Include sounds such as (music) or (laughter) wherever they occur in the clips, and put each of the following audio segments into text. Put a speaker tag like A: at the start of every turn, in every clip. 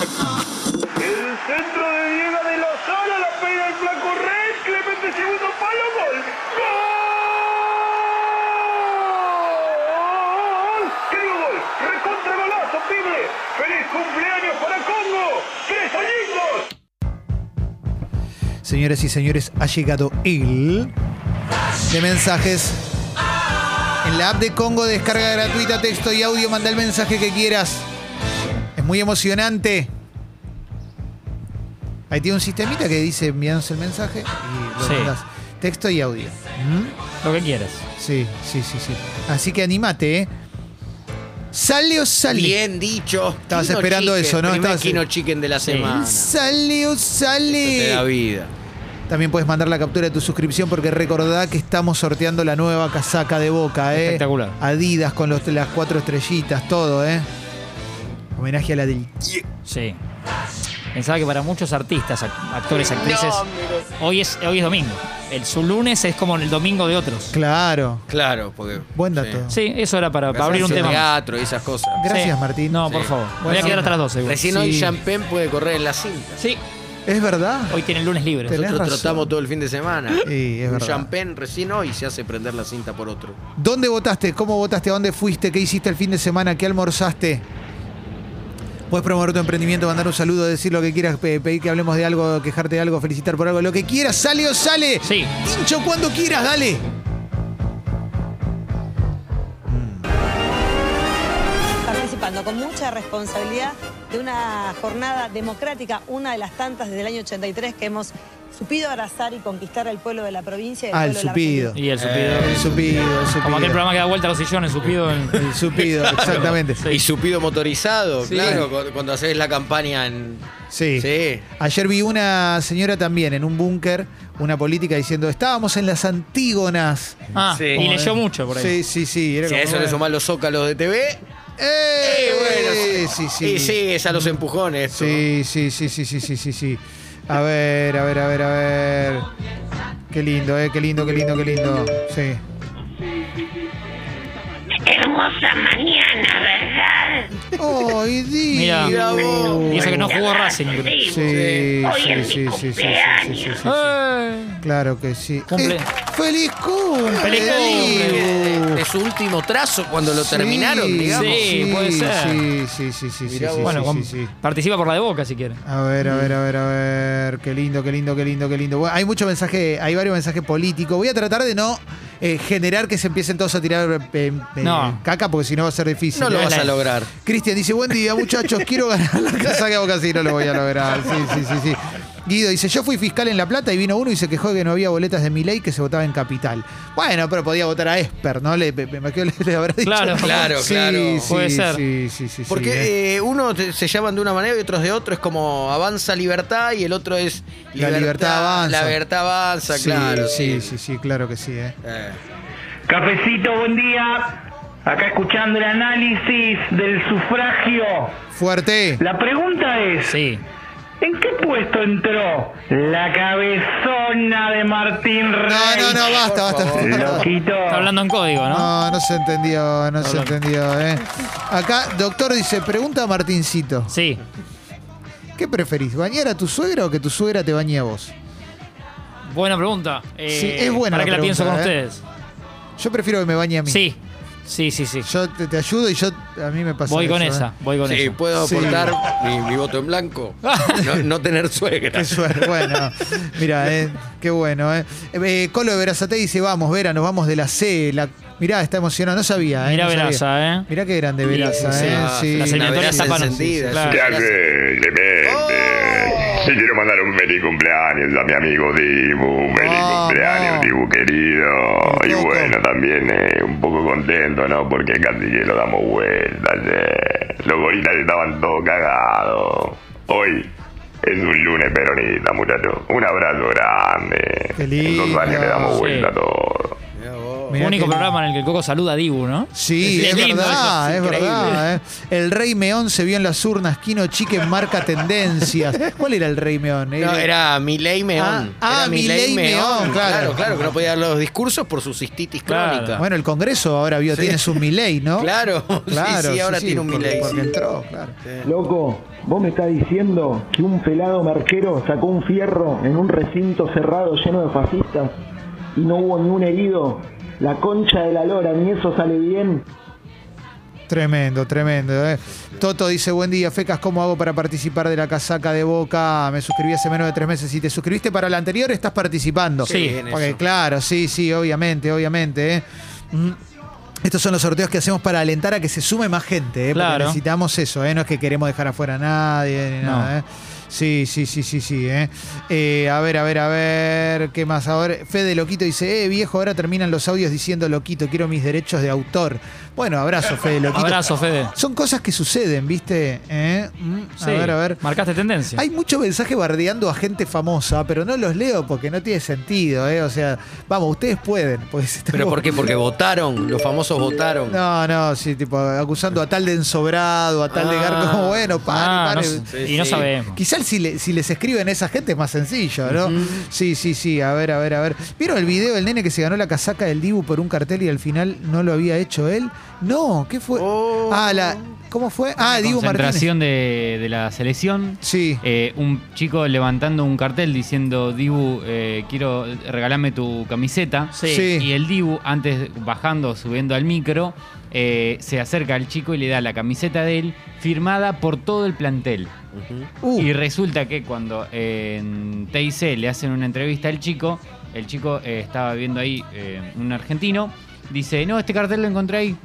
A: El centro de Diego de Lozano, la pega el flaco Red, Clemente segundo palo, gol. ¡Gol! ¡Qué digo gol! ¡Recontra golazo, pibe! ¡Feliz cumpleaños para Congo! ¡Tres añitos!
B: Señoras y señores, ha llegado el de mensajes. En la app de Congo, descarga gratuita, texto y audio, manda el mensaje que quieras. Es muy emocionante. Ahí tiene un sistemita que dice envíanos el mensaje y lo
C: Sí.
B: mandas. Texto y audio. ¿Mm?
C: Lo que quieras.
B: Sí, sí, sí, sí. Así que animate, ¿eh? Sale o sale.
D: Bien dicho.
B: Estabas
D: Kino
B: esperando
D: Chicken,
B: eso, ¿no?
D: Primer
B: Estabas-
D: Kino Chicken de la
C: Sí.
D: semana.
B: Sale o
D: De la
B: sale.
D: vida.
B: También puedes mandar la captura de tu suscripción porque recordá que estamos sorteando la nueva casaca de Boca, ¿eh?
C: Espectacular.
B: Adidas con los- las cuatro estrellitas, todo, ¿eh? Homenaje a la del...
C: Sí. Pensaba que para muchos artistas, ac- actores, actrices, hoy es hoy es domingo. El su lunes es como el domingo de otros.
B: Claro.
D: Claro, porque.
B: Buen
D: sí.
B: dato.
C: Sí, eso era para, para abrir un tema. más.
D: Teatro y esas cosas.
B: Gracias,
C: Sí.
B: Martín.
C: No,
D: Sí.
C: por favor. Voy a
B: Bueno.
C: quedar hasta las 12. güey.
D: Recién hoy
B: Sí.
D: Champagne puede correr en la cinta.
C: Sí,
B: ¿Es verdad?
C: hoy tiene el lunes libre.
B: Tenés
D: Nosotros
B: razón.
D: trotamos todo el fin de semana.
B: Sí, es
D: un
B: verdad.
D: champagne recién hoy se hace prender la cinta por otro.
B: ¿Dónde votaste? ¿Cómo votaste? ¿A dónde fuiste? ¿Qué hiciste el fin de semana? ¿Qué almorzaste? Puedes promover tu emprendimiento, mandar un saludo, decir lo que quieras, pe- pedir que hablemos de algo, quejarte de algo, felicitar por algo, lo que quieras, sale o sale.
C: Sí.
B: Pincho cuando quieras, dale.
E: participando con mucha responsabilidad de una jornada democrática, una de las tantas desde el año 83 que hemos supido abrazar y conquistar al pueblo de la provincia. y al
B: Ah, el
E: pueblo de la
B: supido.
C: Y el supido.
B: Eh, El supido, el
C: como aquel
B: supido.
C: programa que da vuelta a los sillones, supido.
B: (laughs)
C: en-
B: El supido,
C: (laughs)
B: exactamente.
C: Sí.
D: Y supido motorizado, claro, cu- cuando haces la campaña en.
B: Sí.
D: Sí.
B: Ayer vi una señora también en un búnker, una política diciendo, estábamos en las Antígonas.
C: Ah,
D: Sí.
C: y leyó mucho por ahí.
B: Sí, sí, sí. era
D: Si a
B: como,
D: eso le
B: bueno.
D: sumás los zócalos de TV.
B: ¡Eh!
D: eh,
B: sí,
D: bueno,
B: sí, sí.
D: Y sigues a los empujones.
B: Sí, sí, sí, sí, sí, sí, sí, sí. A ver, a ver, a ver, a ver. Qué lindo, eh, qué lindo, qué lindo, qué lindo. Sí.
F: Hermosa mañana, ¿verdad?
B: ¡Ay,
C: Mira.
D: Mira vos.
C: Y eso que no jugó Racing. creo.
B: Sí, sí,
F: Hoy
B: sí,
F: es mi
B: sí, sí, sí, sí, sí, sí, sí.
C: ¡Eh!
B: Claro que sí.
C: Cumple.
B: Eh, ¡Feliz cumple!
C: ¡Feliz cumple!
B: Dibu!
D: Es su último trazo cuando lo
B: Uh. Sí,
D: terminaron, digamos.
C: Sí, puede ser.
B: Sí, sí, sí, sí, sí,
D: Mirá
B: sí,
D: vos.
C: Bueno,
B: sí,
C: con- Mm.
B: sí, sí.
C: participa por la de boca
B: (laughs)
C: si quiere.
B: A ver, a ver, a ver, a ver. Qué lindo, qué lindo, qué lindo, qué lindo. Bueno, hay mucho mensaje, hay varios mensajes políticos. Voy a tratar de no eh, generar que se empiecen todos a tirar eh, eh,
C: No.
B: caca, porque si no va a ser difícil. Eh,
D: No lo
C: No,
D: vas
C: la-
D: a lograr.
B: Cristian dice, buen día muchachos, quiero ganar la casa que hago casi no lo voy a lograr. Sí, sí, sí, sí. Guido dice, yo fui fiscal en La Plata y vino uno y se quejó de que no había boletas de mi ley que se votaba en Capital. Bueno, pero podía votar a Esper, ¿no? Le, me, me- le, le habrá dicho.
C: Claro.
D: Claro, claro.
B: Sí,
C: Puede
B: sí,
C: ser.
B: Sí, sí, sí, sí,
D: Porque
B: eh.
D: eh, uno te- se llaman de una manera y otros de otro. Es como avanza libertad y el otro es
B: La libertad avanza.
D: La libertad avanza,
B: Sí,
D: claro.
B: Sí, sí, sí, claro que sí, eh.
D: Eh,
G: Cafecito, buen día. Acá escuchando el análisis del sufragio.
B: Fuerte.
G: La pregunta es,
C: Sí.
G: ¿en qué puesto entró la cabezona de Martín Rey?
B: No, no, no, basta,
D: Por
B: basta.
D: favor.
G: Loquito.
C: Está hablando en código, ¿no?
B: No, no se entendió, no se
C: Perdón.
B: entendió, eh. Acá, doctor dice, pregunta a Martincito.
C: Sí.
B: ¿Qué preferís, bañar a tu suegra o que tu suegra te bañe a vos?
C: Buena pregunta. Eh,
B: Sí, es buena la
C: Para que la pienso con
B: pregunta, ¿eh?
C: ustedes.
B: Yo prefiero que me bañe a mí.
C: Sí. Sí, sí, sí.
B: Yo te, te ayudo y yo a mí me pasa.
C: Voy con
B: eso,
C: esa,
B: ¿eh?
C: voy con
D: Sí, Ah.
C: esa.
D: puedo
B: Sí.
D: (laughs) aportar mi, mi voto en (laughs) blanco. No, no tener suegra.
B: Qué suerte. Bueno, mira, eh, qué bueno. Eh. Eh, Colo de Verazate dice, vamos, Vera, nos vamos de la C. La... Mirá, está emocionado, no sabía. Eh,
C: Mirá
B: no sabía.
C: Veraza, ¿eh?
B: Mirá qué grande Veraza,
C: sí,
B: eh.
D: sí.
B: Sí.
C: Las
D: Una
C: eliminatorias
D: vela
C: tapan.
D: encendida,
C: Sí, claro.
D: sí.
H: Ya que, Eh, Clemente.
D: Oh.
H: Te quiero mandar un feliz cumpleaños a mi amigo Dibu. Un feliz
B: Vamos.
H: cumpleaños, Dibu querido.
B: Un
H: Y
B: poco.
H: bueno, también eh, un poco contento, ¿no? Porque casi que lo damos vuelta. ayer. Los gorilas estaban todos cagados. Hoy. Es un lunes peronista, muchachos. Un abrazo grande.
B: Qué lindo.
H: En dos años le damos
C: Sí.
H: vuelta a todo.
D: Mirá vos.
B: Mirá
C: Único
B: que-
C: programa en el que el Coco saluda a Dibu, ¿no?
B: Sí, es,
C: lindo
B: verdad,
C: eso,
B: es
C: increíble.
B: verdad. eh. El Rey Meón se vio en las urnas. Kino Chique marca tendencias. ¿Cuál era el Rey Meón? Eh,
D: No, era Milei Meón.
B: Ah, ah,
D: Era
B: Milei Meón, claro.
D: claro. Claro, que no podía dar los discursos por su cistitis
C: Claro.
D: crónica.
B: Bueno, el Congreso ahora vio, tiene su Milei, ¿no?
D: Claro, (laughs) sí, sí, ahora tiene un
B: porque-
D: Milei.
B: Porque entró, claro.
I: Loco, vos me estás diciendo que un pelado marquero sacó un fierro en un recinto cerrado lleno de fascistas y no hubo ningún herido. La concha de la lora, ni eso sale bien.
B: Tremendo, tremendo. eh. Toto dice, buen día, Fecas, ¿cómo hago para participar de la casaca de Boca? Me suscribí hace menos de tres meses. Si te suscribiste para la anterior, estás participando.
C: Qué bien
B: Porque,
D: eso.
B: claro, sí, sí, obviamente, obviamente. eh. Mm. Estos son los sorteos que hacemos para alentar a que se sume más gente, eh, porque
C: Claro.
B: necesitamos eso, eh, no es que queremos dejar afuera a nadie ni
C: No.
B: nada. eh. Sí, sí, sí, sí, sí. eh. Eh, a ver, a ver, a ver, ¿qué más? A ver, Fede Loquito dice, eh, viejo, ahora terminan los audios diciendo Loquito, quiero mis derechos de autor. Bueno, abrazo, Fede Loquito.
C: Abrazo, Fede.
B: Son cosas que suceden, ¿viste? Eh, mm, a
C: Sí,
B: ver, a ver.
C: Marcaste tendencia.
B: Hay mucho mensaje bardeando a gente famosa, pero no los leo porque no tiene sentido, ¿eh? O sea, vamos, ustedes pueden. Pues, (laughs)
D: ¿Pero
B: estamos-
D: por qué? Porque votaron, los famosos votaron.
B: No, no, sí, tipo, acusando a tal de ensobrado, a tal de
D: Ah.
B: garco, como bueno,
C: Ah,
B: pare,
C: no
B: pare.
C: s-
D: Sí,
C: y no
D: sí.
C: sabemos.
B: Quizás si, le- si les escriben a esa gente es más sencillo, ¿no? Sí, sí, sí, a ver, a ver, a ver. ¿Vieron el video del nene que se ganó la casaca del Dibu por un cartel y al final no lo había hecho él? No, ¿qué fue?
D: Oh.
B: Ah, la, ¿cómo fue? Ah, Dibu Martínez.
J: Concentración de, de la selección.
B: Sí.
J: Eh, un chico levantando un cartel diciendo, Dibu, eh, quiero regalarme tu camiseta.
C: Sí.
B: Sí.
J: Y el Dibu, antes bajando, subiendo al micro, eh, se acerca al chico y le da la camiseta de él firmada por todo el plantel.
B: Uh,
J: Y resulta que cuando eh, en TIC le hacen una entrevista al chico, el chico eh, estaba viendo ahí eh, un argentino, dice, no, este cartel lo encontré ahí.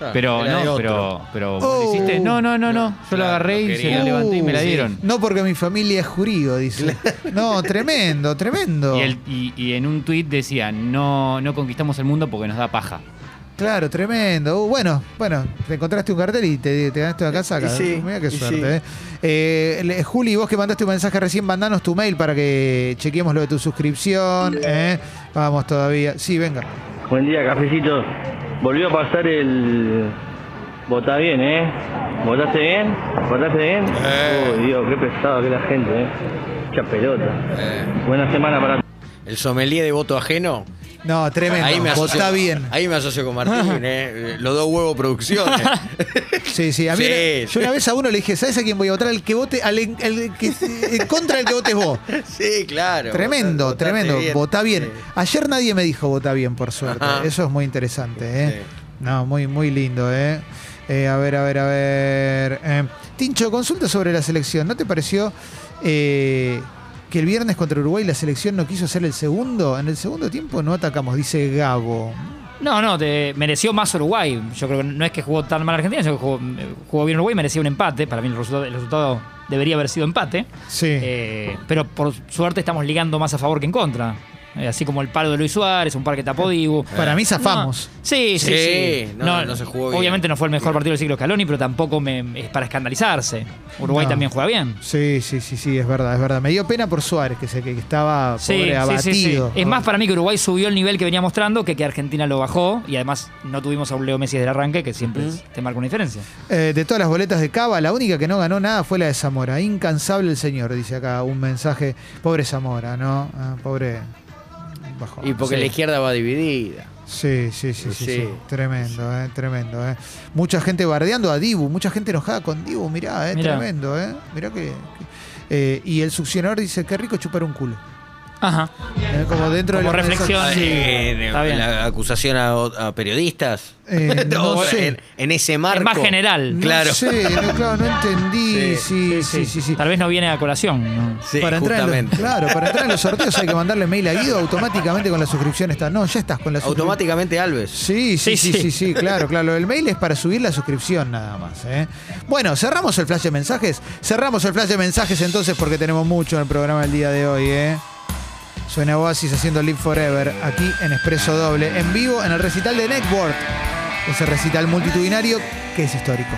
D: Ah,
J: Pero
D: era de
J: no,
D: otro.
J: pero, pero
B: Oh.
J: ¿vos lo hiciste? No, no, no, no. Yo lo
D: Claro,
J: agarré
D: lo
J: y se
D: quería.
J: lo levanté y me la
B: uh,
J: dieron.
B: sí. No porque mi familia es jurío, dice. No, tremendo, tremendo.
J: Y, el- y- y en un tuit decía, no, no conquistamos el mundo porque nos da paja.
B: Claro, tremendo. Uh, bueno, bueno, te encontraste un cartel y te, te ganaste una casaca.
D: Eh, Y sí,
B: Mira qué
D: y
B: suerte.
D: sí.
B: eh. Eh, le- Juli, vos que mandaste un mensaje recién, mandanos tu mail para que chequeemos lo de tu suscripción. eh. Vamos todavía. Sí, venga.
I: Buen día, cafecitos. Volvió a pasar el... Votá bien, ¿eh? ¿Votaste bien? ¿Votaste bien?
B: "Uh".
D: Eh.
I: Uy, Dios, qué pesado que la gente, ¿eh? Mucha pelota.
D: Eh,
I: Buena semana para
D: el sommelier de voto ajeno.
B: No, tremendo.
D: Ahí me asocio,
B: Votá bien.
D: Ahí me asocio
B: (laughs)
D: con Martín, eh. Los dos huevos producciones.
B: Sí, sí. A mí
D: Sí.
B: una- yo una vez a uno le dije, ¿sabes a quién voy a votar? Al que vote, al, en- al
D: (laughs)
B: que, en contra del que votes vos.
D: sí, claro.
B: Tremendo,
D: eh, Votaste
B: tremendo.
D: bien.
B: Votá bien.
D: Sí.
B: Ayer nadie me dijo votá bien, por suerte.
D: Ajá.
B: Eso es muy interesante, ¿eh?
D: Sí.
B: No, muy, muy lindo, ¿eh? Eh, a ver, a ver, a ver. Eh, Tincho, consulta sobre la selección. ¿No te pareció eh, que el viernes contra Uruguay la selección no quiso hacer el segundo? En el segundo tiempo no atacamos, dice Gabo.
C: No, no, te mereció más Uruguay. Yo creo que no es que jugó tan mal Argentina, sino que jugó, eh, jugó bien Uruguay, merecía un empate. Para mí el resultado, el resultado debería haber sido empate.
B: Sí.
C: Eh, pero por suerte estamos ligando más a favor que en contra. Eh, así como el palo de Luis Suárez, un par que tapó Dibu.
B: Para mí zafamos.
C: No, sí, sí, sí.
D: Sí, no, no se jugó bien.
C: Obviamente no fue el mejor partido del ciclo Scaloni, pero tampoco me- es para escandalizarse. Uruguay
B: No.
C: también juega bien.
B: Sí, sí, sí, sí, es verdad, es verdad. Me dio pena por Suárez, que, se, que estaba
C: Sí,
B: pobre,
C: sí, sí, sí.
B: abatido.
C: Es más para mí que Uruguay subió el nivel que venía mostrando que que Argentina lo bajó y además no tuvimos a un Leo Messi desde el arranque que siempre es- te marca una diferencia.
B: Eh, de todas las boletas de Cava, la única que no ganó nada fue la de Zamora. Incansable el señor, dice acá un mensaje. Pobre Zamora, ¿no? Ah, pobre. Bajó.
D: Y porque
C: Sí.
D: la izquierda va dividida.
B: Sí, sí, sí, sí,
D: Sí.
B: sí. Tremendo, ¿eh? Tremendo, ¿eh? Mucha gente bardeando a Dibu, mucha gente enojada con Dibu, mirá, ¿eh?
C: Mirá.
B: Tremendo, ¿eh? Mirá que. que- eh, y el succionador dice: Qué rico chupar un culo.
C: Ajá.
B: Eh, como dentro
C: Como
B: de la
C: reflexión.
B: mesa-
C: Sí,
D: Eh,
C: está bien.
D: La acusación a, a periodistas. (laughs)
B: Eh, (laughs) no
D: O
B: sé.
D: en, en ese marco.
C: Es más general.
B: No
D: Claro.
B: sé, no, claro, no entendí. Sí, sí, sí. sí,
C: Tal vez no viene a colación. ¿no?
D: (laughs) Sí,
B: para entrar, en
D: justamente.
B: los, claro, para entrar en los sorteos hay que mandarle mail a Guido automáticamente con la suscripción está. No, ya estás con la suscripción.
D: Automáticamente Alves.
B: Sí sí, sí,
C: Sí,
B: sí,
C: sí.
B: sí, claro, claro. El mail es para subir la suscripción nada más. ¿eh? Bueno, cerramos el flash de mensajes. Cerramos el flash de mensajes entonces porque tenemos mucho en el programa el día de hoy. ¿eh? Suena Oasis haciendo Live Forever aquí en Expreso Doble, en vivo en el recital de Network. Ese recital multitudinario que es histórico.